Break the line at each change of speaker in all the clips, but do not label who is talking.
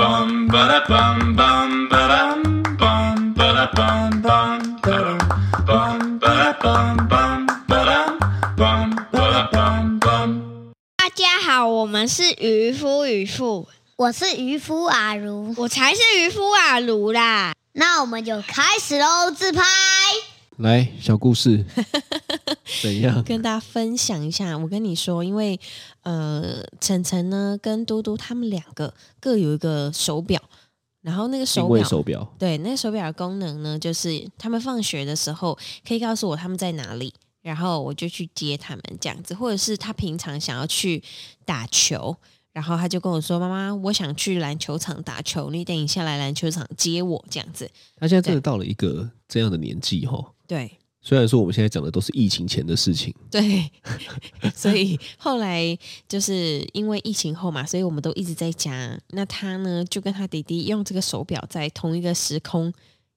Bum ba da bum bum ba dum bum ba da bum bum ba dum bum ba da bum bum ba dum bum ba da bum bum.
大家好，我们是渔夫渔妇，
我是渔夫阿如，
我才是渔夫阿卢啦。
那我们就开始喽，自拍。
来，小故 事，怎样？
跟大家分享一下，我跟你说，因为呃，晨晨呢跟嘟嘟他们两个各有一个手表，然后那个
定
手
位
表，
手表，
对，那个手表的功能呢，就是他们放学的时候可以告诉我他们在哪里，然后我就去接他们这样子，或者是他平常想要去打球，然后他就跟我说：“妈妈，我想去篮球场打球，你等一下来篮球场接我。”这样子，
他现在真的到了一个这样的年纪哈。
对。
虽然说我们现在讲的都是疫情前的事情，
对，所以后来就是因为疫情后嘛，所以我们都一直在家。那他呢，就跟他弟弟用这个手表在同一个时空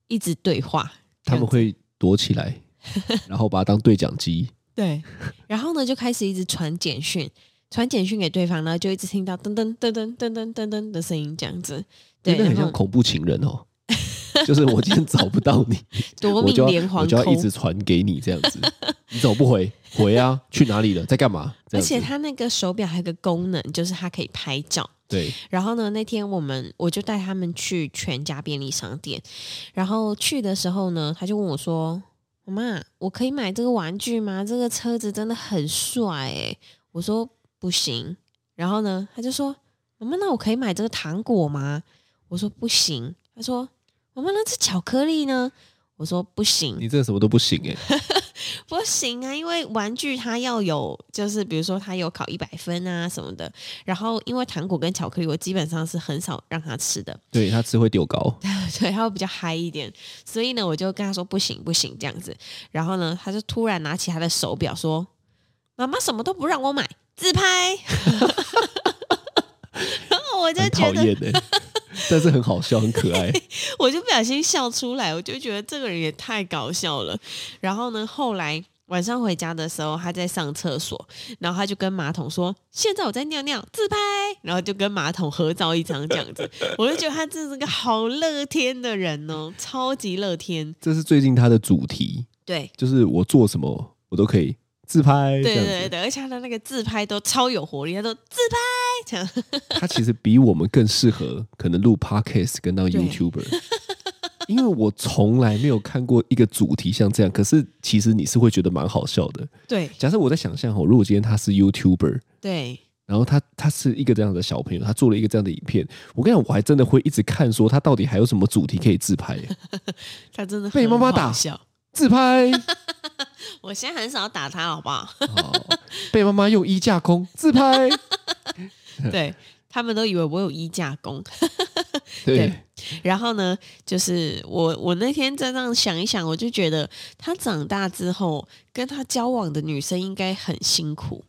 一直对话。
他们
这样子
会躲起 来，然后把它当对讲机。
对，然后呢就开始一直传简讯，传简讯给对方，然后就一直听到噔噔噔噔噔噔噔噔的声音，这样子。对，
真的很
然
像
后
恐怖情人哦。就是我今天找不到 你，
夺
我
命
就
连
要我
环
就要
扣
一。直传给你这样子，你怎么不回？回啊，去哪里了？在干嘛？这
而
样子
且它那个手表还有个功能，就是它可以拍照。
对
然后呢，那天我们我就带他们去全家便利商店，然后去的时候呢，他就问我说：“妈妈，我可以买这个玩具吗？这个车子真的很帅诶、我说：“不行。”然后呢，他就说：“妈妈，那我可以买这个糖果吗？”我说：“不行。”他说：“妈妈，那这巧克力呢？”我说：“不行。”
你这什么都不行哎、
不行啊，因为玩具它要有，就是比如说它有考一百分啊什么的。然后因为糖果跟巧克力，我基本上是很少让他吃的，
对他吃会丢高，
对，他会比较嗨一点。所以呢，我就跟他说不行不行这样子。然后呢，他就突然拿起他的手表说：“妈妈什么都不让我买，自拍。” 然后我就
很
觉
讨
得
厌，哎，但是很好笑，很可 爱。
我就不小心笑出来，我就觉得这个人也太搞笑了。然后呢，后来晚上回家的时候，他在上厕所，然后他就跟马桶说：“现在我在尿尿，自拍。”然后就跟马桶合照一张这样子。我就觉得他真是个好乐天的人哦，超级乐天。
这是最近他的主题，
对，
就是我做什么我都可以自拍，这
对
样
对
子。
对对，而且他的那个自拍都超有活力，他都自拍这样。
他其实比我们更适合可能录 podcast 跟当
对
YouTuber，因为我从来没有看过一个主题像这样。可是其实你是会觉得蛮好笑的。
对
假设我在想象哦，如果今天他是 YouTuber，
对
然后他他是一个这样的小朋友，他做了一个这样的影片，我跟你讲，我还真的会一直看，说他到底还有什么主题可以自拍耶，
他真的
被
很
妈妈
好
打
笑。
自拍，
我现在很少打他，好不好？
哦、被妈妈用衣架空自 拍，
对他们都以为我有衣架功。
对
对然后呢，就是我我那天在这样想一想，我就觉得他长大之后跟他交往的女生应该很辛苦。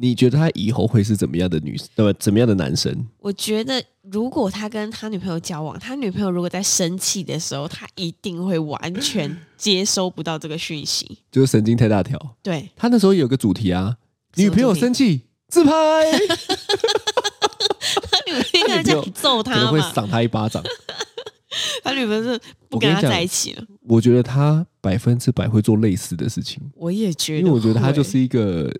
你觉得他以后会是怎么样的女，呃，怎么样的男生？
我觉得如果他跟他女朋友交往，他女朋友如果在生气的时候，他一定会完全接收不到这个讯息。
就是神经太大条。
对，
他那时候有个主题啊，
什么
女朋友
主题
生气自拍，
他女朋友应该这样揍
可能
他
会
嘛？
赏他一巴掌。
他女朋友是不
我跟
跟
你
他
讲
在一起了。
我觉得他百分之百会做类似的事情，
我也觉得，
因为我觉得他就是一个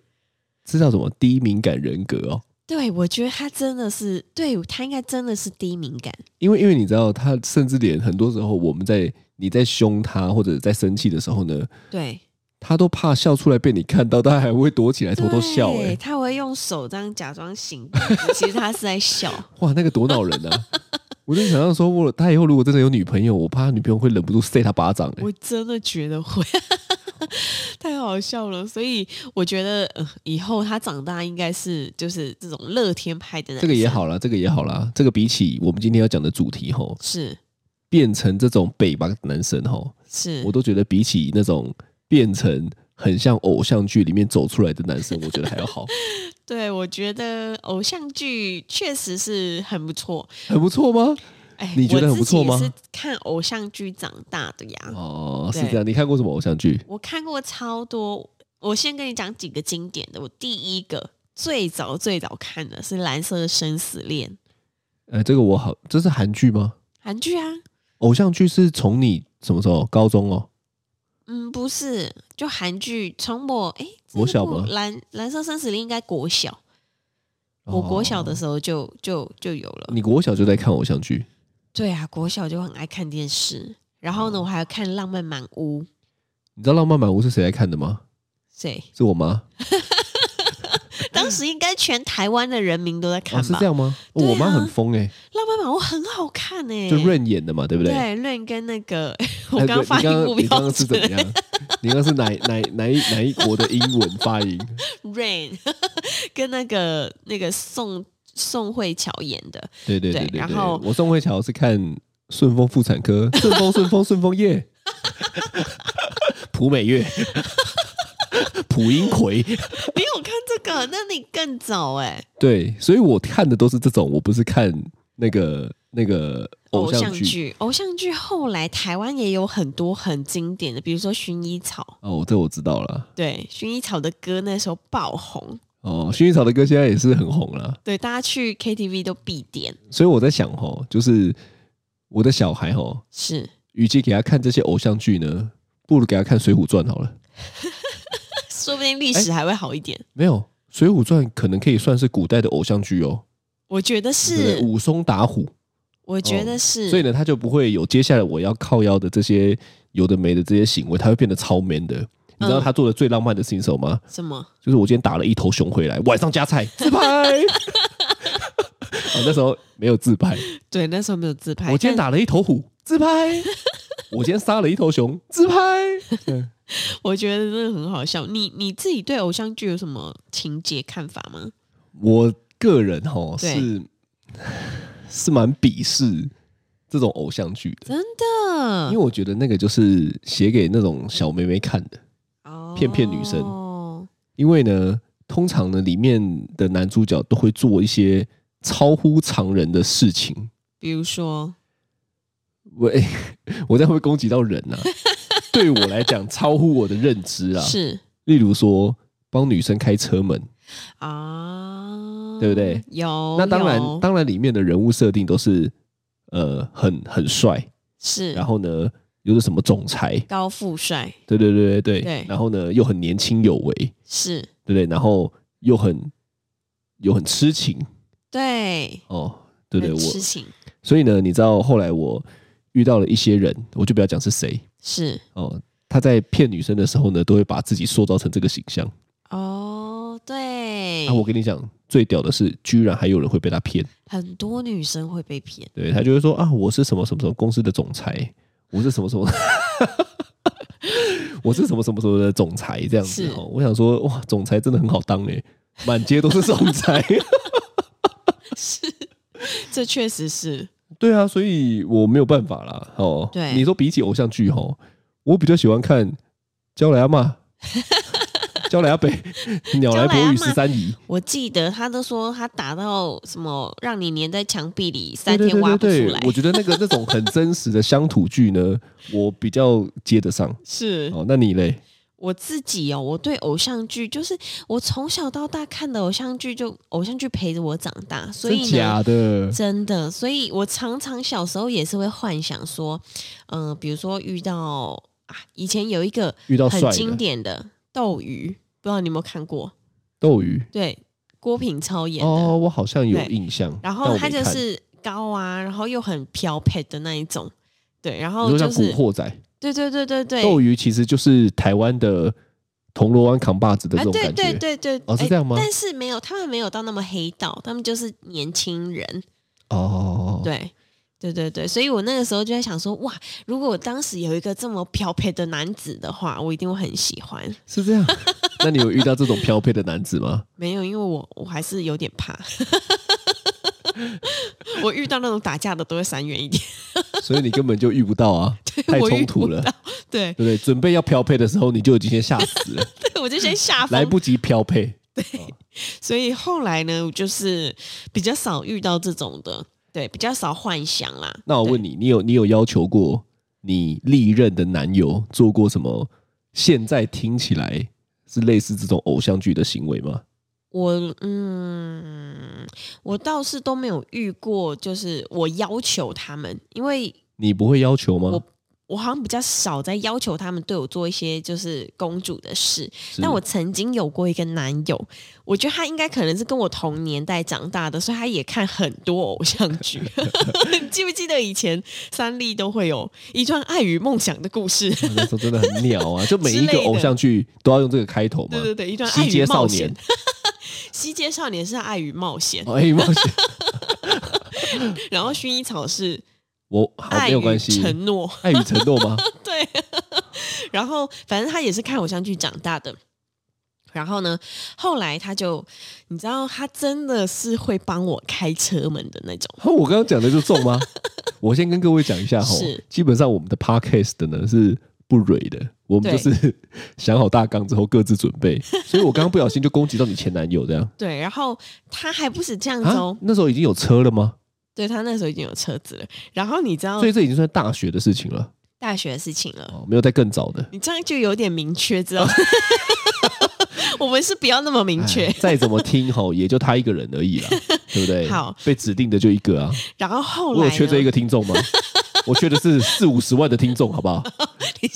这叫什么低敏感人格哦。
对，我觉得他真的是，对他应该真的是低敏感。
因为因为你知道，他甚至连很多时候我们在你在凶他或者在生气的时候呢，
对，
他都怕笑出来被你看到，他还会躲起来偷偷笑、
对
欸。哎，
他会用手这样假装醒， 其实他是在笑。
哇，那个多恼人 啊！我就想象说，我他以后如果真的有女朋友，我怕他女朋友会忍不住塞他巴掌、欸。
我真的觉得会， 太好笑了。所以我觉得，呃，以后他长大应该是就是这种乐天派的男
这个也
生，
好啦，这个也好啦，这个比起我们今天要讲的主题吼，
是
变成这种北方男生吼，
是
我，都觉得比起那种变成很像偶像剧里面走出来的男生，我觉得还要 好，
对我觉得偶像剧确实是很不错。
很不错吗？
哎，
你觉得很不错吗
我自己也是看偶像剧长大的呀，
哦，是
对
这样。你看过什么偶像剧？
我看过超多。我先跟你讲几个经典的。我第一个最早最早看的是《蓝色生死恋》。
呃，这个我好，这是韩剧吗？
韩剧啊，
偶像剧是从你什么时候？高中哦，
嗯，不是，就韩剧从我哎，
国小吗
吧，蓝蓝色生死恋应该国小，我国小的时候就就就有了。
哦你国小就在看偶像剧，
对啊，国小就很爱看电视，然后
哦
呢，我还要看《浪漫满屋》，
你知道《浪漫满屋》是谁在看的吗？
谁？
是我妈
当时应该全台湾的人民都在看
啊，
吧？
是这样吗？哦
对啊
我妈很疯哎、
浪漫满屋很好看诶、
就润演的嘛，对不对？
对润跟那个 我
哎
刚
对
发
你
音不
你刚
标
刚是怎么
准
样？你刚刚是哪哪哪一哪一国的英文发 音？
，Rain 跟那个那个宋宋慧乔演的，
对对对
对
对
然
对
后，
我宋慧乔是看顺丰妇产 科，顺丰顺丰顺丰叶，蒲美 月，蒲英奎，
没有看这个，那你更早欸诶、
对，所以我看的都是这种，我不是看那个那个偶
偶
像
像
剧。
剧，偶像剧后来台湾也有很多很经典的，比如说《薰衣草
哦，这我知道了。》，
对，《薰衣草》的歌那时候爆红，
哦，薰衣草的歌现在也是很红了，
对，大家去 KTV 都必点，
所以我在想哦，就是我的小孩哦，
是
与其给他看这些偶像剧呢，不如给他看《水浒传》好了。
说不定历
哎
史还会好一点，
没有，《水浒传》可能可以算是古代的偶像剧哦，
我觉得
对不对
是，
武松打虎，
我觉得是，
所以呢，他就不会有接下来我要靠腰的这些有的没的这些行为，他会变得超 man 的。你知道
嗯
他做的最浪漫的事情是什么吗？
什么？
就是我今天打了一头熊回来，晚上加菜自 拍。哦，那时候没有自拍，
对，那时候没有自拍。
我今天
但
打了一头虎自拍，我今天杀了一头熊自拍。
我觉得真的很好笑。你你自己对偶像剧有什么情节看法吗？
我个人哈
对
是 是蛮鄙视这种偶像剧的，
真
因
的
为，我觉得那个就是写给那种小妹妹看的。骗骗女生
哦，
因为呢，通常呢里面的男主角都会做一些超乎常人的事情。
比如说，
我、 我这样会不会攻击到 人啊？对我来讲，超乎我的认知啊。
是
例如说帮女生开车门，
啊，
对不对？
有，
那当然，
有
当然里面的人物设定都是呃很很帅，
是，
然后呢又是什么总裁，
高富帅
对对对对
对
然后呢又很年轻有为，对
是
不对？然后又很又很痴情
对，
哦，对对
很
我，
痴情
所以呢，你知道后来我遇到了一些人，我就不要讲是谁
是
哦，他在骗女生的时候呢，都会把自己塑造成这个形象。
哦，对，
啊，我跟你讲，最屌的是，居然还有人会被他骗。
很多女生会被骗，
对他就会说啊，我是什么什么什么公司的总裁，我是什么什 么，我是什么什么什么的总裁这样子
是
哦。我想说，哇，总裁真的很好当哎，满街都是总裁。
这确实是
对啊，所以我没有办法啦。哦，
对
你说比起偶像剧哦，我比较喜欢看《娇来阿嬷》 《娇来阿北》《鸟来伯与十三姨》。
我记得他都说他打到什么，让你粘在墙壁里
对
三
对
天
对对
挖不出
对
来，，
我觉得那个那种很真实的乡土剧呢，我比较接得上。
是
哦，那你嘞？
我自己哦，我对偶像剧就是我从小到大看的偶像剧，就偶像剧陪着我长大，所
真
以呢，
假的？
真的，所以我常常小时候也是会幻想说，嗯、比如说遇到啊，以前有一个
遇到帅
很
的
经典的斗鱼，不知道你有没有看过？
斗鱼
对，郭品超演的，
哦，我好像有
对
印象。
然
但
后
我
他
没
就
看
是高啊，然后又很飘配的那一种，对，然
你
后
说
就
像《古
是
惑仔
对对对对》，对，
斗鱼其实就是台湾的铜锣湾扛把子的这
啊，
种
对
感觉。
对对对，
哦是
哎
这样吗
但是没有，他们没有到那么黑道，他们就是年轻人，
哦，
对。对对对，所以我那个时候就在想说，哇，如果我当时有一个这么漂配的男子的话，我一定会很喜欢。
是 这样。那你有遇到这种漂配的男子吗？
没有，因为我我还是有点 怕，我遇到那种打架的都会闪远一点。
所以你根本就遇不到啊， 太
我
冲
遇不
突了，
到
对
对
不对？准备要漂配的时候，你就已经先吓死 了，
对，我就先下
来
风。
不及漂配。
所以后来呢，我就是比较少遇到这种的，对，比较少幻想啦。
那我问你，你有你有要求过你历任的男友做过什么？现在听起来是类似这种偶像剧的行为吗？
我嗯，我倒是都没有遇过，就是我要求他们，因为
你不会要求吗？
我好像比较少在要求他们对我做一些就是公主的事。
是啊
但我曾经有过一个男友，我觉得他应该可能是跟我同年代长大的，所以他也看很多偶像剧。 记不记得以前三立都会有一段爱与梦想的故事？
那时候真的很鸟啊，就每一
之
个
类的
偶像剧都要用这个开头嘛
对。对对，一段爱
西
与
街少
冒险
年。，
西街少年是爱与冒险，
哦哎，冒险，
然后薰衣草是
我好
爱
哦没有关
与
系。
承诺。
爱与承诺吗？
对，然后反正他也是看偶像剧长大的。然后呢，后来他就，你知道，他真的是会帮我开车门的那种。
我刚刚讲的就中吗？我先跟各位讲一下哈
是，
基本上我们的 podcast 的呢是不蕊的，我们
对
就是 想好大纲之后各自准备，所以我刚刚不小心就攻击到你前男友这 样
对，然后他还不是这样子
啊
哦，？
那时候已经有车了
嗯
吗？
对他那时候已经有车子了。然后你知道
所以这已经算大学的事情了
大学的事情了，
哦，没有在更早的。
你这样就有点明确，知道吗？ 我们是不要那么明确
哦哎。再怎么听吼，也就他一个人而 已啦，对不对？
好，
被指定的就一个啊。
然后后
我有
来呢
缺这一个听 众吗？我缺的是四五十万的听众，好不好？
哦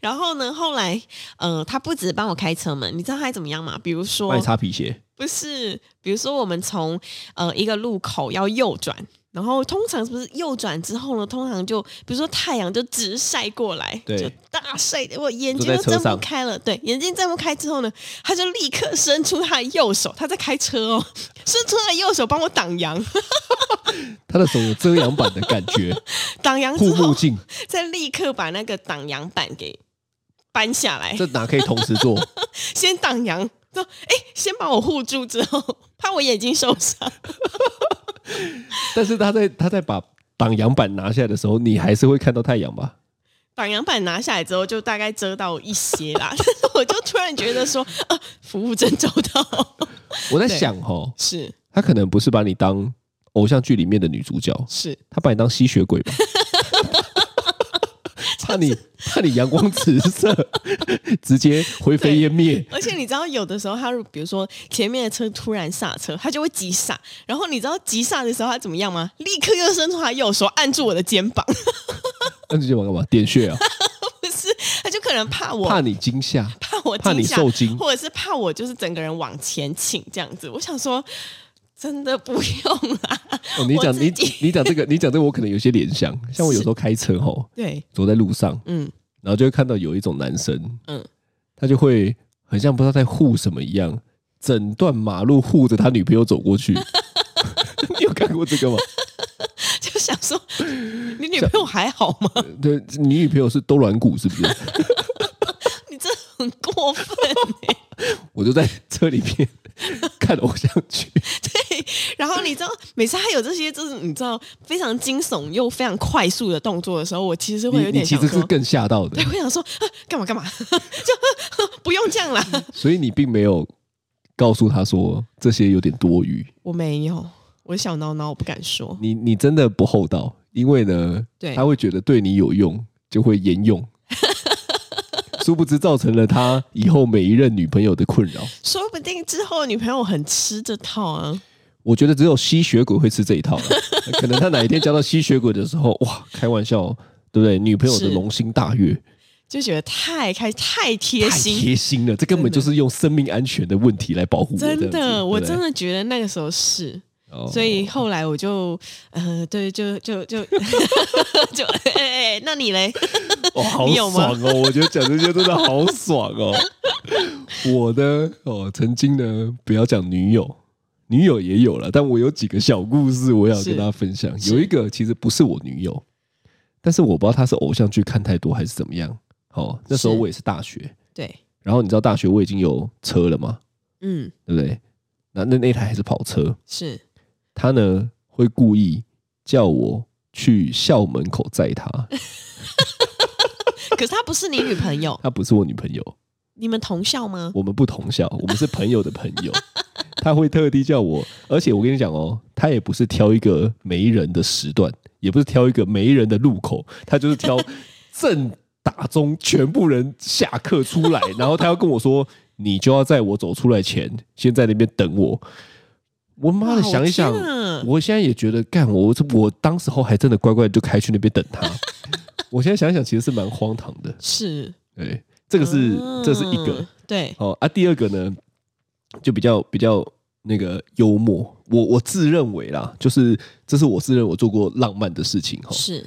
然后呢，后来，呃，他不止帮我开车门，你知道他还怎么样吗？比如说，
帮你擦皮鞋，
不是，比如说我们从呃一个路口要右转，然后通常是不是右转之后呢，通常就比如说太阳就直晒过来，
对
就大晒，我眼
都
睛
在
都
车
睁不
上
开了。对，眼睛睁不开之后呢，他就立刻伸出他的右手，他在开车哦，伸出他的右手帮我挡阳，
他的手有遮阳板的感 觉，
挡阳之
护目
后
镜，
再立刻把那个挡阳板给搬下来，
这哪可以同时 做？
先挡阳。说，哎，先把我护住之后，怕我眼睛受伤。
但是他在他在把挡阳板拿下来的时候，你还是会看到太阳吧？
挡阳板拿下来之后，就大概遮到一些啦。 但是我就突然觉得说，啊，服务真周到。
我在想哦，
是
他可能不是把你当偶像剧里面的女主角，
是，
他把你当吸血鬼 吧？怕你怕你阳光直 射，直接灰飞烟灭。
而且你知道，有的时候他如比如说前面的车突然刹车，他就会急刹。然后你知道急刹的时候他怎么样吗？立刻又伸出他右手按住我的肩膀，
那你就干嘛？点穴啊？
不是，他就可能怕我
怕你惊吓，
怕我
怕你
惊吓
受惊
或者是怕我就是整个人往前倾这样子。我想说，真的不用啦。
哦，你
我
讲
自
你
己
你讲这个，你讲这个，我可能有些联 想。像我有时候开车吼，
对，
走在路上，
嗯，
然后就会看到有一种男生，嗯
嗯，
他就会很像不知道在护什么一样，整段马路护着他女朋友走 过去。你有看过这个吗？
就想说， 你女朋友还好吗？
对，你女朋友是都软骨是不是？
你这很过分。
我就在车里 面看偶像剧，
然后你知道，每次他有这些就是你知道非常惊悚又非常快速的动作的时候，我其实会
你
有
你
点
其
想
实
说
是，更吓到的
对，，会想说啊，干嘛干嘛， 就 啊不用这样啦。
所以你并没有告诉他说这些有点多余。
我没有，我小挠挠，我不敢说。
你你真的不厚道，因为呢，
对
他会觉得对你有用，就会沿用， 殊不知造成了他以后每一任女朋友的困扰。
说不定之后女朋友很吃这套啊，
我觉得只有吸血鬼会吃这一 套了，可能他哪一天交到吸血鬼的时候，哇，开玩笑，哦对不对？女朋友的
是
龙心大悦，
就觉得太开太贴
太
心。
贴心了，这根本就是用生命安全的问题来保护我这样子。
真的，我
对不
真
对
的觉得那个时候是，
哦
所以后来我就，呃，对，就 就就就，哎、哎哎那你嘞？
哦，好
你有吗
爽哦！我觉得讲这些真的好爽 哦。我呢，哦，曾经呢，不要讲女友，女友也有了，但我有几个小故事，我想
是
跟大家分享。有一个其实不是我女友，但是我不知道她是偶像剧看太多还是怎么样。哦，那时候
是
我也是大学，
对，
然后你知道大学我已经有车了嘛，
嗯，
对不对？那那那台还是跑车，
是。
她呢会故意叫我去校门口载她，
可是她不是你女朋友，
她不是我女朋友。
你们同校吗？
我们不同校， 我们是朋友的朋友。 他会特地叫我，而且我跟你讲哦，他也不是挑一个没人的时段，也不是挑一个没人的路口，他就是挑正打钟全部人下课出来，然后他要跟我说：“你就要在我走出来前，先在那边等我。我妈的，
哇
想一想
我天啊，
我现在也觉得，干我我当时候还真的乖乖地就开去那边等她。我现在想想，其实是蛮荒唐的。
是
对，这个是、这是一个
嗯。对，
哦啊，第二个呢，就比较比较那个幽默。我我自认为啦，就是这是我自认我做过浪漫的事情哈。
是，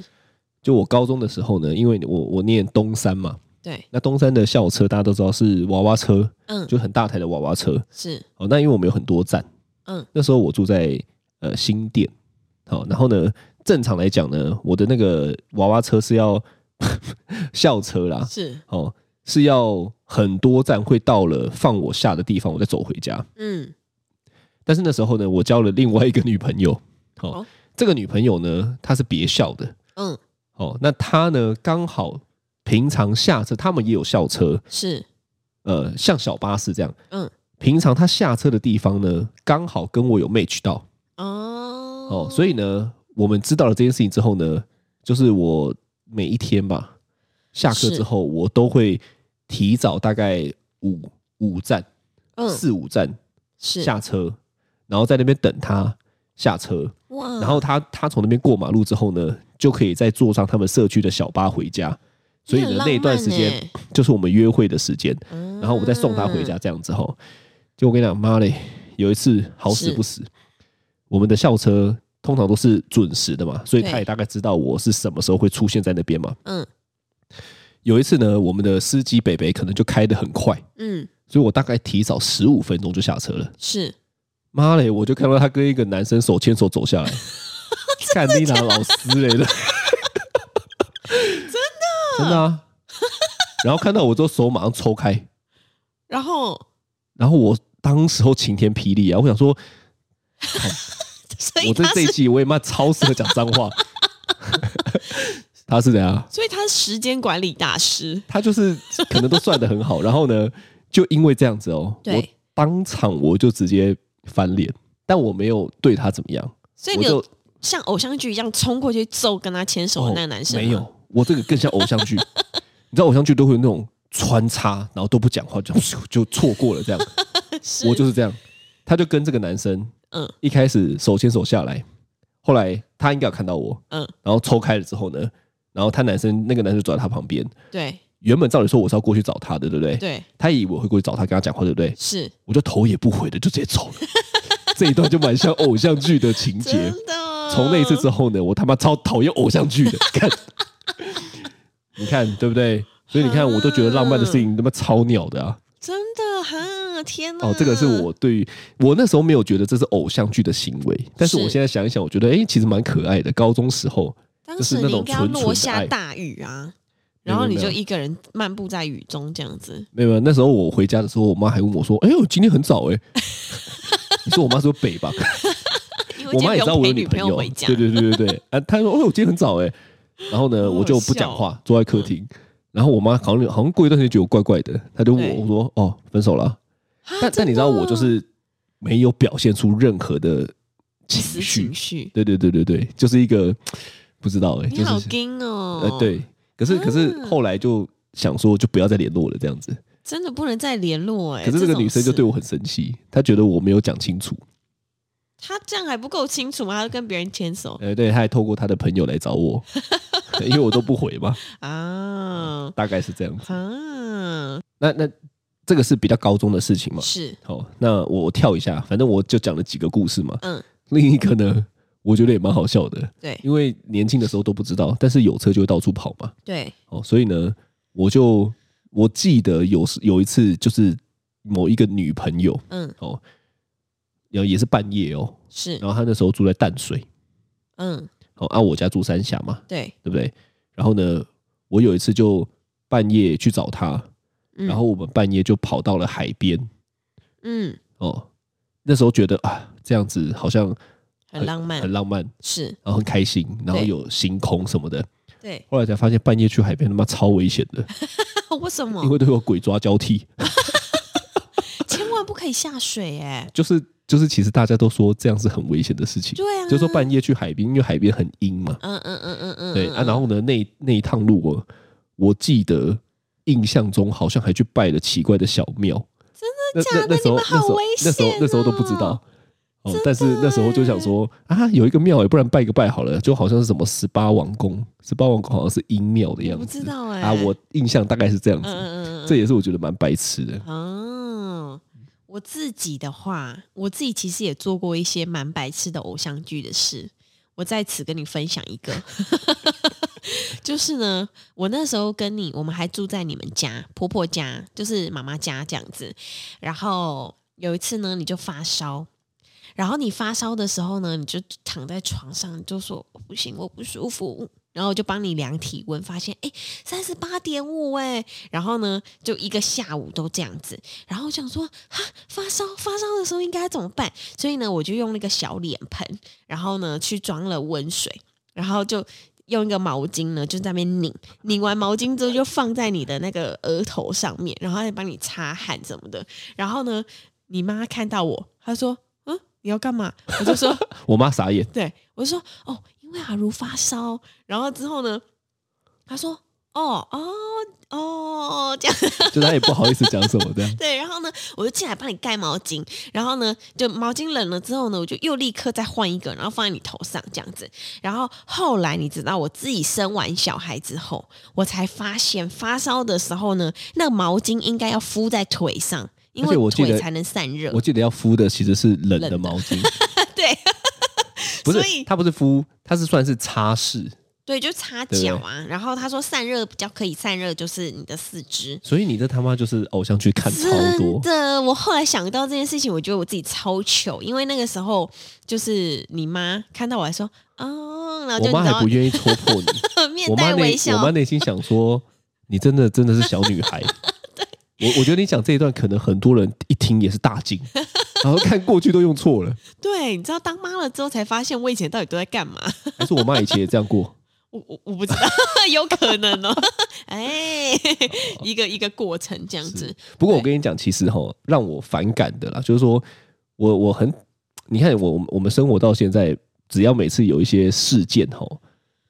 就我高中的时候呢，因为我我念东山嘛，
对，
那东山的校车大家都知道是娃娃车，
嗯，
就很大台的娃娃车。
是，
哦，那因为我们有很多站，
嗯，
那时候我住在呃新店，好、然后呢，正常来讲呢，我的那个娃娃车是要 校车啦，
是，
哦，是要很多站会到了放我下的地方，我再走回家。
嗯，
但是那时候呢，我交了另外一个女朋友，哦，
哦
这个女朋友呢，她是别校的，
嗯，
哦，那她呢刚好平常下车，他们也有校车，
是，
呃，像小巴士这样，
嗯，
平常她下车的地方呢，刚好跟我有 match 到，
哦
哦，所以呢，我们知道了这件事情之后呢，就是我每一天吧，下课
是
之后，我都会提早大概五五站、
嗯
四五站
是
下车，然后在那边等他下车，
哇，
然后他他从那边过马路之后呢，就可以再坐上他们社区的小巴回家。所以
你很
呢，
浪
那段时
漫
间
欸嗯
就是我们约会的时间，
然
然后我再送他回家，这样子吼。就我跟你讲，妈嘞，有一次好死
是
不死，我们的校车通常都是准时的嘛，所以
对
他也大概知道我是什么时候会出现在那边嘛。
嗯
有一次呢，我们的司机北北可能就开得很快，
嗯，
所以我大概提早十五分钟就下车了。
是
妈嘞，我就看到他跟一个男生手牵手走 下来，干你俩老师嘞的，真的真的啊。然后看到我之后手马上抽开，
然后
然后我当时候晴天霹雳啊！我想说，
所以
我在
他
这一
是，
季我也妈超适合讲脏话。他是怎样？啊
所以他是时间管理大师，
他就是可能都算得很好，然后呢，就因为这样子哦，
对
我当场我就直接翻脸，但我没有对他怎么样，
所以
我
你有
就
像偶像剧一样冲过去揍跟他牵手的那个男生
哦
吗
没有，我这个更像偶像 剧，你知道偶像剧都会有那种穿插，然后都不讲话，就 就错过 了这样，
是
我就是这样，他就跟这个男生，嗯
嗯，
一开始手牵手下来，后来他应该有看到我，
嗯
然后抽开了之后呢，然后他男生那个男生就走在他旁边，
对
原本照理说我是要过去找他的，对不对？
对
他以为我会过去找他跟他讲话，对不对？
是
我就头也不回的就直接走了。 这一段就蛮像偶像剧的情节
真。的，
从那一次之后呢，我他妈超讨厌偶像剧的。看，你看对不对？所以你看，我都觉得浪漫的事情他妈超鸟的啊！
真的哈天哪，
哦，这个是我对于我那时候没有觉得这是偶像剧的行为，但是
是
我现在想一想，我觉得哎、诶其实蛮可爱的。高中时候，
当
就是
时
那
你
种
应该要
纯纯
落
的爱
下大雨啊，
没有
然后你
没有
就一个人漫步在雨中这样子，
没有，没有那时候我回家的时候，我妈还问我说：“哎呦，今天很早哎、你说我妈说北吧？
因为
我
今
妈
天
也知道
不
我
用
有
陪
女
女
朋
朋
友
友回，家
对，对对对对。啊，她说：“哦，我今天很早哎、然后呢，
好好嗯
我就不讲话，坐在客厅。然后我妈好像好像过一段时间觉得我怪怪的，她就问我
对
我说：“哦，分手了啊。
啊
但但你知道我就是没有表现出任何的情
死
绪
情，绪，
对对对对对，就是一个不知道哎、
你
就
好
是
硬哦，
呃对，，可是可是
啊
后来就想说就不要再联络了这样子。
真的不能再联络哎、
可是这个
种
女生就对
事
我很生气，她觉得我没有讲清楚。
她这样还不够清楚吗？她就跟别人牵手
呃，对，她还透过她的朋友来找我， 因为我都不回嘛，
啊
大概是这样子。
啊，
那那这个是比较高中的事情嘛？
是
好，那我跳一下，反正我就讲了几个故事嘛。
嗯，
另一个呢，我觉得也蛮好笑的，
对
因为年轻的时候都不知道，但是有车就会到处跑嘛。
对，
哦，所以呢，我就我记得有时有一次就是某一个女朋友
嗯
哦，然后也是半夜哦，
是
然后她那时候住在淡水，
嗯
哦，啊，我家住三峡嘛，
对，
对不对？然后呢，我有一次就半夜去找她，
嗯
然后我们半夜就跑到了海边，
嗯
哦，那时候觉得啊，这样子好像
很浪漫
很浪漫，
是
然后很开心，然后
对
有星空什么的。
对，
后来才发现半夜去海边他妈超危险的，
为什
因
么
为都有鬼抓交替，
千万不可以下水哎、
就是就是，其实大家都说这样是很危险的事情，
对啊，
就说半夜去海边，因为海边很阴嘛，
嗯嗯嗯嗯嗯，
对
嗯
啊。然后呢，那那一趟路我我记得印象中好像还去拜了奇怪的小庙，
真
那
假的
那那时候
你们好危
那时候那时候
险
那时候都不知
哦
道。哦
真的，欸
但是那时候就想说啊，有一个庙，不然拜个拜好了，就好像是什么十八王宫，十八王宫好像是阴庙的样子，
我不知道哎
啊，我印象大概是这样
嗯
子，
嗯嗯，嗯
这也是我觉得蛮白痴的。嗯
哦，我自己的话，我自己其实也做过一些蛮白痴的偶像剧的事。我在此跟你分享一个， 就是呢，我那时候跟你，我们还住在你们家婆婆家，就是妈妈家这样子。然后有一次呢，你就发烧，然后你发烧的时候呢，你就躺在床上，你就说我不行，我不舒服。然后我就帮你量体温，发现哎三十八点五哎，然后呢就一个下午都这样子，然后我想说哈发烧发烧的时候应该怎么办？所以呢我就用那个小脸盆，然后呢去装了温水，然后就用一个毛巾呢就在那边拧，拧完毛巾之后就放在你的那个额头上面，然后再帮你擦汗什么的。然后呢你妈看到我，她说嗯你要干嘛？我就说
我妈傻眼，
对我就说哦，因为阿如发烧，然后之后呢，他说哦哦哦这样。
就她也不好意思讲什么这样
对，然后呢，我就进来帮你盖毛巾，然后呢，就毛巾冷了之后呢，我就又立刻再换一个，然后放在你头上这样子。然后后来你知道，我自己生完小孩之后，我才发现发烧的时候呢，那个毛巾应该要敷在腿上，因
而且我
为
记
腿
得
才能散热
我。记得要敷的其实是冷
冷
的
的
毛巾，
对
不是
所以
它不是敷，它是算是擦拭。
对，就擦
对不对
脚啊。然后他说散热比较可以散热，就是你的四肢。
所以你这他妈就是偶像剧看超
真
多，
的，我后来想到这件事情，我觉得我自己超糗，因为那个时候就是你妈看到我还说，哦，然后
我
就
妈还不
你
愿意戳 破你。
知道面
我妈
带
内
微笑
我，妈内心想说，你真的真的是小女 孩。我我觉得你讲这一段，可能很多人一听也是大惊，然后看过去都用错了。
对，你知道当妈了之后才发现我以前到底都在干嘛，
还是我妈以前也这样 过，
我我我不知道， 有可能哦，哎，
哦
一个一个过程这样子，
不过我跟你讲，其实哈，让我反感的啦，就是说我我很，你看我我们我们生活到现在，只要每次有一些事件哈，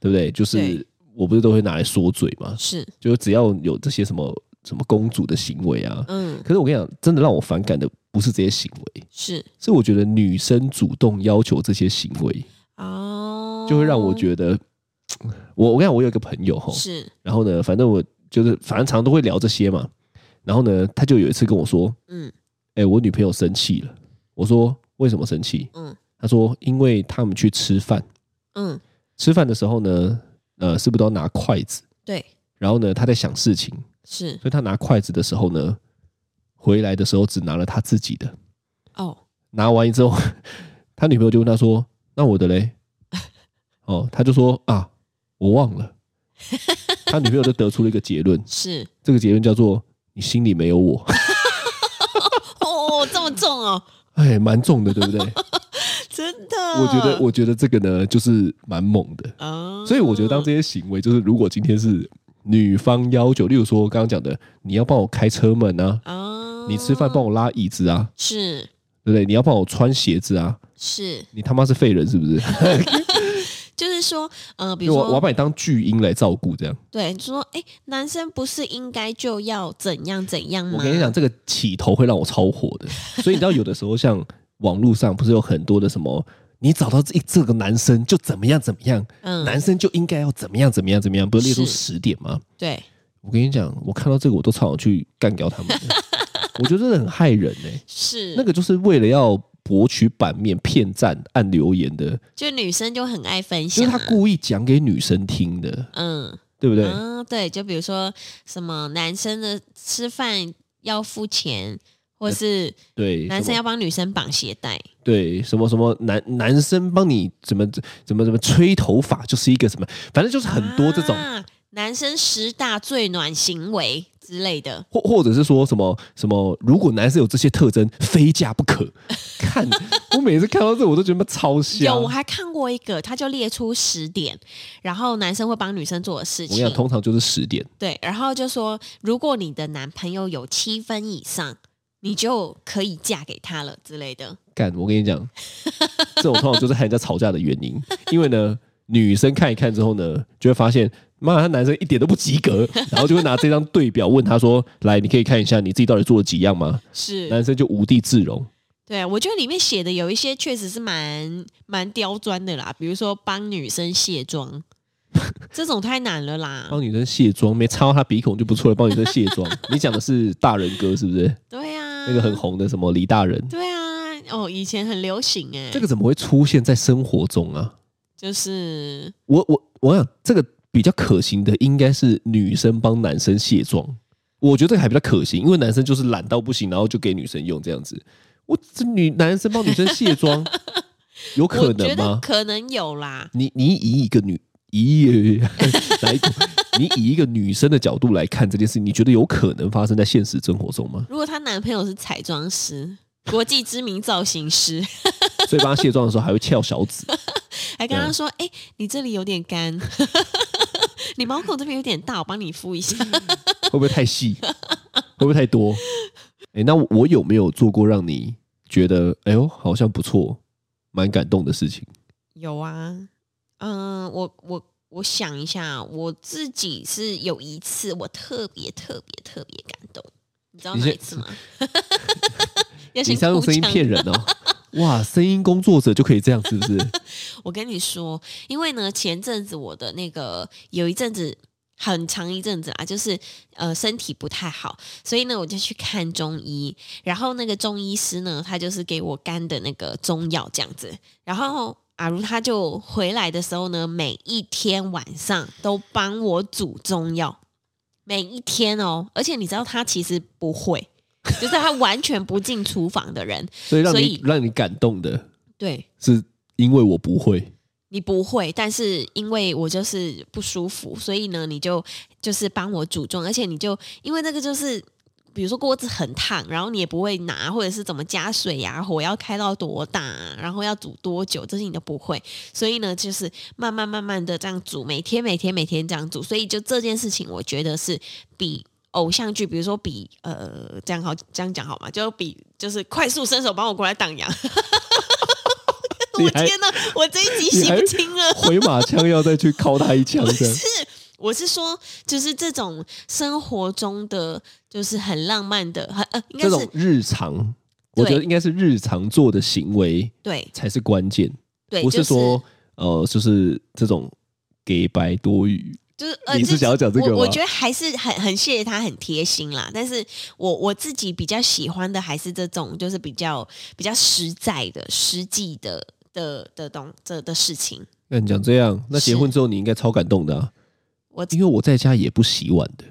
对不对？就是
对
我不是都会拿来说嘴嘛，
是，
就是只要有这些什么什么公主的行为啊，
嗯，
可是我跟你讲，真的让我反感的不是这些行为，
是，
是我觉得女生主动要求这些行为，
哦，
就会让我觉得，哦我我跟你讲，我有一个朋友哈，
是，
然后呢，反正我就是反正常常都会聊这些嘛，然后呢，他就有一次跟我说，
嗯
哎、我女朋友生气了。我说为什么生气？
嗯
他说因为他们去吃饭，
嗯，
吃饭的时候呢，呃，是不是都要拿筷子？
对，
然后呢，他在想事情，
是，
所以他拿筷子的时候呢，回来的时候只拿了他自己的，
哦，
拿完之后，他女朋友就问他说：“那我的嘞？” 哦，他就说：“啊，我忘了。” 他女朋友就得出了一个结论，
是，
这个结论叫做“你心里没有我。
哦，这么重哦，”
哎，蛮重的，对不对？
真的，
我觉得，我觉得这个呢，就是蛮猛的。
哦，
所以我觉得，当这些行为，就是如果今天是女方要求，例如说刚刚讲的，你要帮我开车门啊，
哦，
你吃饭帮我拉椅子啊，
是
对不对？你要帮我穿鞋子啊，
是，
你他妈是废人是不是？
就是说，呃，比
就
如
我我要
说，
把你当巨婴来照顾这样。
对，就说，哎，男生不是应该就要怎样怎样吗？
我跟你讲，，这个起头会让我超火的。 所以你知道，有的时候像网络上不是有很多的什么，你找到这这个男生就怎么样怎么样，
嗯，
男生就应该要怎么样怎么样怎么样，不是列出
是
十点吗？
对，
我跟你讲，我看到这个我都超想去干掉他们 的，我觉得真的很害人呢、
是
那个就是为了要博取版面、骗赞、按留言的，
就女生就很爱分
就是
享
他
啊，
故意讲给女生听的，
嗯，
对不对？
啊，对，就比如说什么男生的吃饭要付钱，或是
对，
男
什
生
么
要帮女生绑鞋带，
对什么什么男男生帮你怎么怎么怎么吹头发，就是一个什么，反正就是很多这种，
啊男生十大最暖行为之类的，
或或者是说什么什么，如果男生有这些特征，非嫁不可。 看，我每次看到这我都觉得超瞎。
有，啊我
我
还看过一个，他就列出十点，然后男生会帮女生做的事
跟你讲，
情，
通常就是十点，
对，然后就说，如果你的男朋友有七分以上，你就可以嫁给他了之类的。
干，我跟你讲， 这种通常就是和人家吵架的原因，因为呢，女生看一看之后呢，就会发现妈，他男生一点都不及格，然后就会拿这张对表问他说：“来，你可以看一下你自己到底做了几样吗？”
是，
男生就无地自容。
对啊我觉得里面写的有一些确实是蛮蛮刁钻的啦，比如说帮女生 卸妆，这种太难了啦。
帮女生卸妆，没擦到她鼻孔就不错了。帮女生卸 妆，你讲的是大人哥是不是？
对啊，
那个很红的什么李大人，
对啊，哦，以前很流行哎、
这个怎么会出现在生活中啊？
就是
我我我想这个比较可行的应该是女生帮男生卸妆，我觉得这个还比较可行，因为男生就是懒到不行，然后就给女生用这样子。我这女男生帮女生卸 妆，有可
我觉
能
得
吗？
可能有啦，
你你以一个女 以来一个你以一个女生的角度来看这件事，你觉得有可能发生在现实生活中吗？
如果她男朋友是彩妆师， 国际知名造型师，
所以帮她卸妆的时候还会翘小指，
还跟她说：“哎、你这里有点干， 你毛孔这边有点大，我帮你敷一下。
会不会太细？会不会太多？哎、那我我有没有做过让你觉得哎呦好像不错，蛮感动的事情？”
有啊，嗯、我我我想一下，我自己是有一次我特别特别特别感动，你知道
你
哪
是
一次吗？ 要
你
先
是要用
哭
声音
腔
骗人哦！ 哇，声音工作者就可以这样，是不是？
我跟你说，因为呢，前阵子我的那个有一阵子很长一阵子啊，就是呃身体不太好，所以呢我就去看中医，然后那个中医师呢，他就是给我干的那个中药这样子，然后。阿如他就回来的时候呢，每一天晚上都帮我煮中药，每一天哦。而且你知道他其实不会，就是他完全不进厨房的人。
所以让
所
你
以
让你感动的
对，
是因为我不会，
你不会，但是因为我就是不舒服，所以呢，你就就是帮我煮中，而且你就因为那个就是。比如说锅子很烫，然后你也不会拿，或者是怎么加水呀、火要开到多大啊、然后要煮多久，这些你都不会。所以呢，就是慢慢慢慢的这样煮，每天每天每天这样煮。所以就这件事情，我觉得是比偶像剧，比如说比呃这样好这样讲好吗？就比就是快速伸手帮我过来挡 羊。
你
我
还
天哪！我这一集
你
洗
还
不清了。
回马枪要再去敲他一枪这样。
我 是说，就是这种生活中的，就是很浪漫的，很呃，应该
这种
是
日常，
对
我觉得应该是日常做的行为
对
才是关键，
对，
不是说
就
呃，就是这种给白多余。
就是呃，
你是
就
想要讲这个吗
我我觉得还是很很谢谢他，很贴心啦。但是我我自己比较喜欢的还是这种，就是比较比较实在的、实际的的的东这的事情。
那你讲这样，那结
是
婚之后你应该超感动的、啊，
我哎
因为我在家也不洗碗的，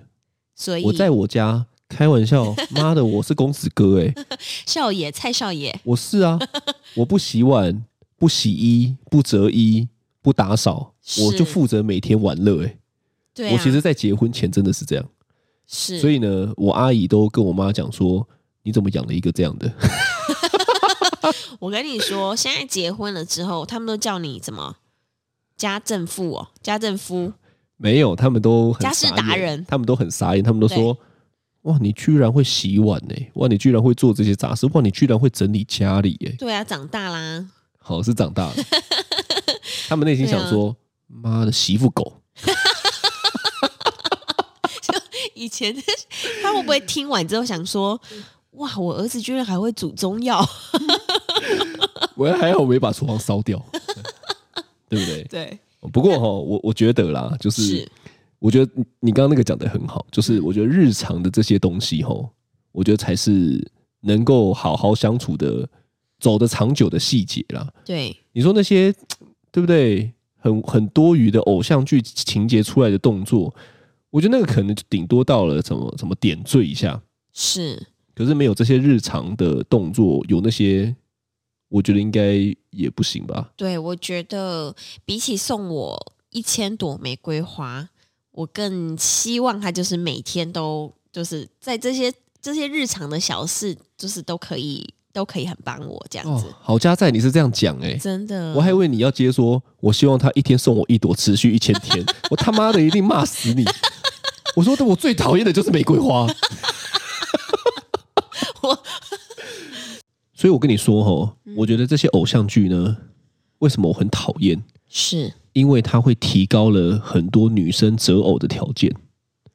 所以
我在我家开玩笑，妈的，我是公子哥哎、
少爷蔡少爷，
我是啊，我不洗碗、不洗衣、不折衣、不打扫，
是
我就负责每天玩乐、欸。
对、啊，
我其实，在结婚前真的是这样，
是
所以呢，我阿姨都跟我妈讲说：“你怎么养了一个这样的
我跟你说，现在结婚了之后，他们都叫你怎么家政妇哦，家政夫。？”
没有，他们都很
家事
傻
达
眼
人
他们都很傻眼，他们都说：“哇，你居然会洗碗呢、哇，你居然会做这些杂事！哇，你居然会整理家里耶、
对啊，长大啦，
好，是长大了。他们内心想
啊
说：“妈的，媳妇狗！”
以前 他会不会听完之后想说，哇，我儿子居然还会煮中药？
我还好没把厨房烧掉， 对不对？
对，
不过哈、我我觉得啦，就是
是
我觉得你你刚刚那个讲的很好，就是我觉得日常的这些东西哈、我觉得才是能够好好相处的、走得长久的细节啦。
对，
你说那些对不对？很很多余的偶像剧情节出来的动作，我觉得那个可能就顶多到了什么什么点缀一下，
是
可是没有这些日常的动作，有那些，我觉得应该也不行吧。
对。我觉得比起送我一千朵玫瑰花，我更希望他就是每天都就是在这些这些日常的小事，就是都可以都可以很帮我这样
哦
子。，
好家在你是这样讲哎、
真的，
我还以为你要接说，我希望他一天送我一朵，持续一千天，我他妈的一定骂死你！我说的我最讨厌的就是玫瑰花，
我
所以我跟你说哈，我觉得这些偶像剧呢，为什么我很讨厌？
是
因为它会提高了很多女生择偶的条件，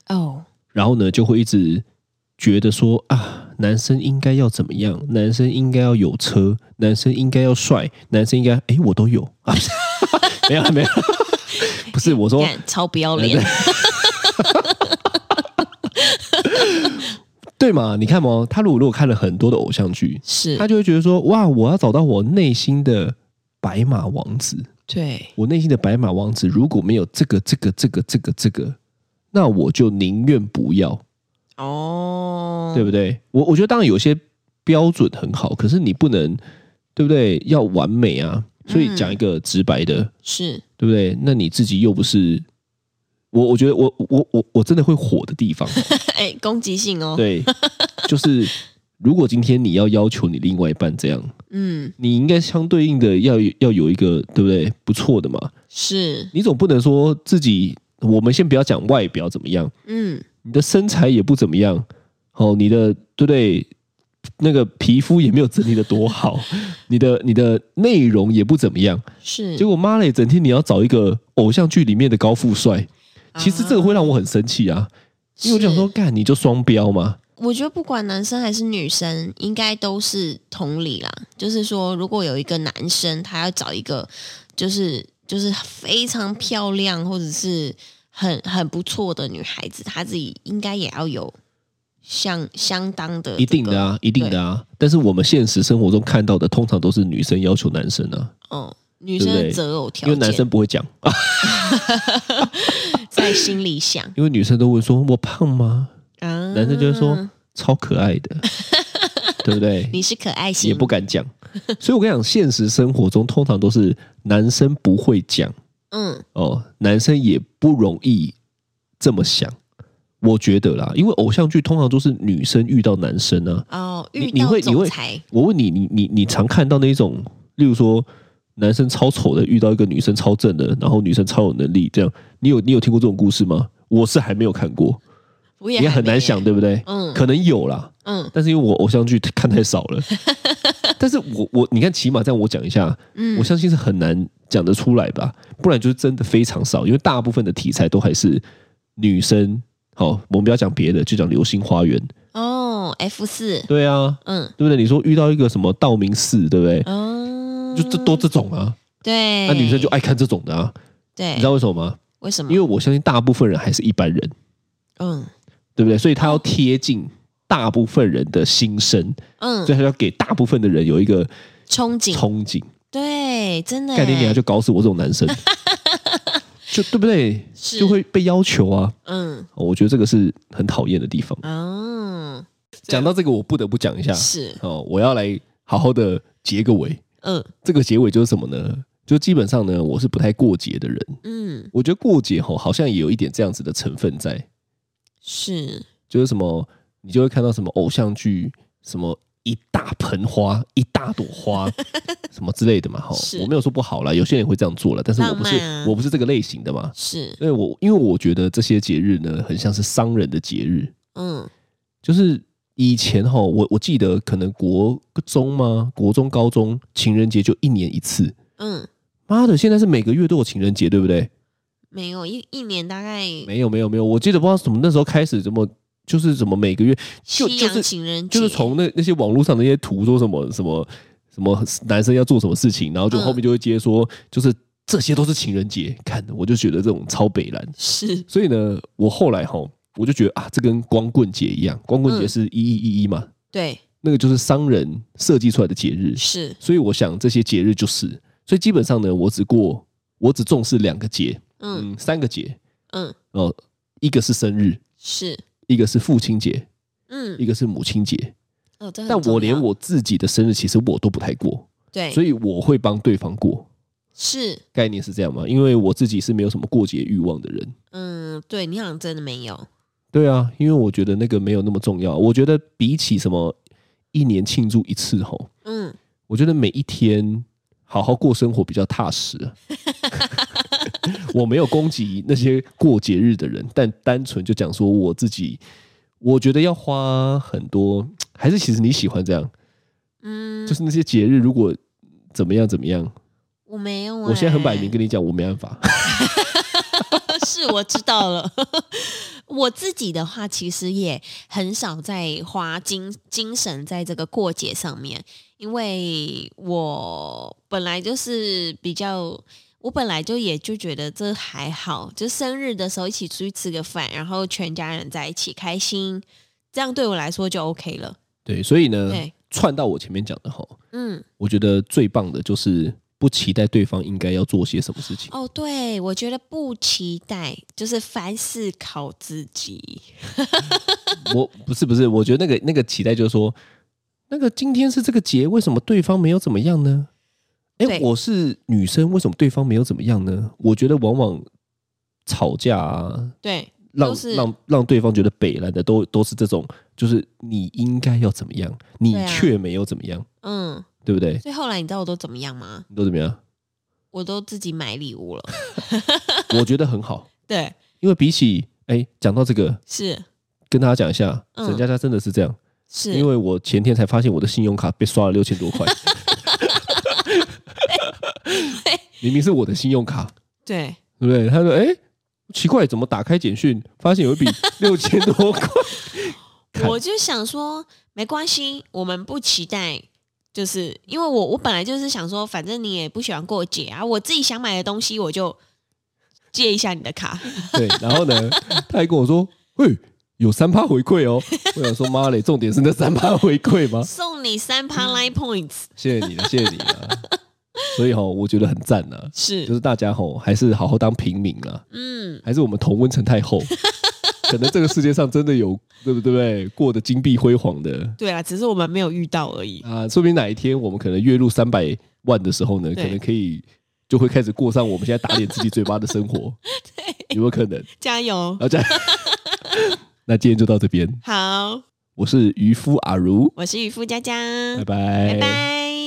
哦，
然后呢就会一直觉得说啊，男生应该要怎么样，男生应该要有车，男生应该要帅，男生应该哎我都有 啊，没有啦没有啦， 不是我说哎
干超不要脸，
对嘛？你看嘛，他如果如果看了很多的偶像剧，
是
他就会觉得说哇，我要找到我内心的白马王子。
对，
我内心的白马王子如果没有这个这个这个这个这个，那我就宁愿不要，
哦，
对不对？我我觉得当然有些标准很好，可是你不能，对不对？要完美啊！所以讲一个直白的，
是
对不对？那你自己又不是我，我觉得我我我我真的会火的地方，
哎、攻击性哦，
对，就是如果今天你要要求你另外一半这样，
嗯，
你应该相对应的要有要有一个对不对不错的嘛，
是，
你总不能说自己，我们先不要讲外表怎么样，
嗯，
你的身材也不怎么样，哦，你的对不对？那个皮肤也没有整理的多好， 你的你的内容也不怎么样，
是，
结果妈嘞，整天你要找一个偶像剧里面的高富帅，其实这个会让我很生气啊，因为我就想说，
是，
干你就双标嘛，
我觉得不管男生还是女生，应该都是同理啦。就是说，如果有一个男生他要找一个，就是就是非常漂亮或者是很很不错的女孩子，他自己应该也要有相相当的、
一定的，啊，一定的啊。但是我们现实生活中看到的，通常都是女生要求男生啊，
嗯，女
对
生
不对
的择偶条
因为
件，
男生不会讲，
在心里想
因为女生都问说我胖吗？
啊，
男生就会说超可爱的，对不对？
你是可爱型，
也不敢讲，所以我跟你讲，现实生活中通常都是男生不会讲
嗯
哦，男生也不容易这么想。我觉得啦，因为偶像剧通常都是女生遇到男生啊。
哦，
你
遇
你
到
会你
总
会
裁
我问你，你你你常看到那种，例如说男生超丑的遇到一个女生超正的，然后女生超有能力，这样你有你有听过这种故事吗？我是还没有看过，
我也
也
还
很难
没
想，对不对？
嗯
可能有啦，
嗯
但是因为我偶像剧看太少 了，但是我我你看，起码这样我讲一下，
嗯，
我相信是很难讲得出来吧，不然就是真的非常少，因为大部分的题材都还是女生。好，我们不要讲别的，就讲《流星花园》。
哦，F 四，
对啊，
嗯，
对不对？你说遇到一个什么道明寺，对不对？
哦，
就这都这种啊，
对，
那、女生就爱看这种的啊。
对，
你知道为什么吗？
为什么？
因为我相信大部分人还是一般人，
嗯
对不对？所以他要贴近大部分人的心声，所
嗯，
以他要给大部分的人有一个
憧憬，
憧憬。
对，真的
概念你
欸
就搞死我这种男 生，就对不对？
是
就会被要求啊。
嗯
我觉得这个是很讨厌的地方。
哦，
讲到这个，我不得不讲一下
是
哦，我要来好好的结个尾。
嗯
这个结尾就是什么呢？就基本上呢，我是不太过节的人。
嗯
我觉得过节吼，好像也有一点这样子的成分在，
是
就是什么，你就会看到什么偶像剧，什么一大盆花、一大朵 花，什么之类的嘛。哈，
是
我没有说不好啦，有些人会这样做了，但是我不是、
浪漫啊
我不是这个类型的嘛。
是
所以我因为我觉得这些节日呢，很像是商人的节日。
嗯
就是以前哈，我我记得可能国中吗？国中、高中情人节就一年一次。
嗯
妈的，现在是每个月都有情人节，对不对？
没有一一年大概
没有没有没有，我记得不知道怎么那时候开始怎么。就是怎么每个月就
西
就
洋
是
情人
就是
节
从那那些网络上的那些图说什么什么什么男生要做什么事情，然后就
嗯
后面就会接说，就是这些都是情人节，看我就觉得这种超北蓝。
是
所以呢，我后来哈，我就觉得啊，这跟光棍节一样，光
嗯
棍节是一一一一嘛，
对
那个就是商人设计出来的节日。
是
所以我想这些节日就是，所以基本上呢，我只过我只重视两个节，
嗯
嗯，三个节
嗯
哦、一个是生日，
是
一个是父亲节，一
嗯
个是母亲节。
哦，这很
但我
重
连
要哎
我自己的生日其实我都不太过，
对
所以我会帮对方过。
是
概念是这样吗？因为我自己是没有什么过节欲望的人。
嗯对你好像真的没有
对啊，因为我觉得那个没有那么重要。我觉得比起什么一年庆祝一次吼，
嗯
我觉得每一天好好过生活比较踏实啊。我没有攻击那些过节日的人，但单纯就讲说我自己，我觉得要花很多，还是其实你喜欢这样，
嗯
就是那些节日如果怎么样怎么样，
我没有、欸，
我现在很摆明跟你讲，我没办法。
是我知道了。 我自己的话，其实也很少在花精精神在这个过节上面，因为我本来就是比较，我本来就也就觉得这还好，就生日的时候一起出去吃个饭，然后全家人在一起开心，这样对我来说就 OK 了。
对，所以呢
对，
串到我前面讲的哈，
嗯，
我觉得最棒的就是不期待对方应该要做些什么事情。
哦，对，我觉得不期待，就是凡事靠自己。
我不是不是，我觉得那个那个期待就是说，那个今天是这个节，为什么对方没有怎么样呢？哎，
对
我是女生，为什么对方没有怎么样呢？我觉得往往吵架啊，
对，
让
都是
让让对方觉得北来的都都是这种，就是你应该要怎么样，你
对啊
却没有怎么样，
嗯，
对不对？
所以后来你知道我都怎么样吗？
你都怎么样？
我都自己买礼物了。
我觉得很好，
对，
因为比起哎，讲到这个，
是
跟大家讲一下，
嗯
沈佳佳真的是这样，
是，
因为我前天才发现我的信用卡被刷了六千多块，明明是我的信用卡，
对
对不对？他说，哎，奇怪，怎么打开简讯发现有一笔六千多块？看
我就想说没关系，我们不期待。就是因为我我本来就是想说，反正你也不喜欢过节啊，我自己想买的东西我就借一下你的卡，
对，然后呢，他还跟我说，嘿，有三趴回馈哦。我想说，妈嘞，重点是那三趴回馈 吗？
送你三趴 line points，
谢谢你了，谢谢你了。所以哈、我觉得很赞呐、就是是大家吼、还是好好当平民啊。
嗯，
还是我们同温层太 厚？可能这个世界上真的有，对不对？过得金碧辉煌的
对啊，只是我们没有遇到而已。
啊、说明哪一天我们可能月入三百万的时候呢，可
对
能可以就会开始过上我们现在打脸自己嘴巴的生 活，有没有可能？
加油，
好，这 样，那今天就到这边，
好，
我是渔夫阿如，
我是渔夫佳佳，
拜
拜拜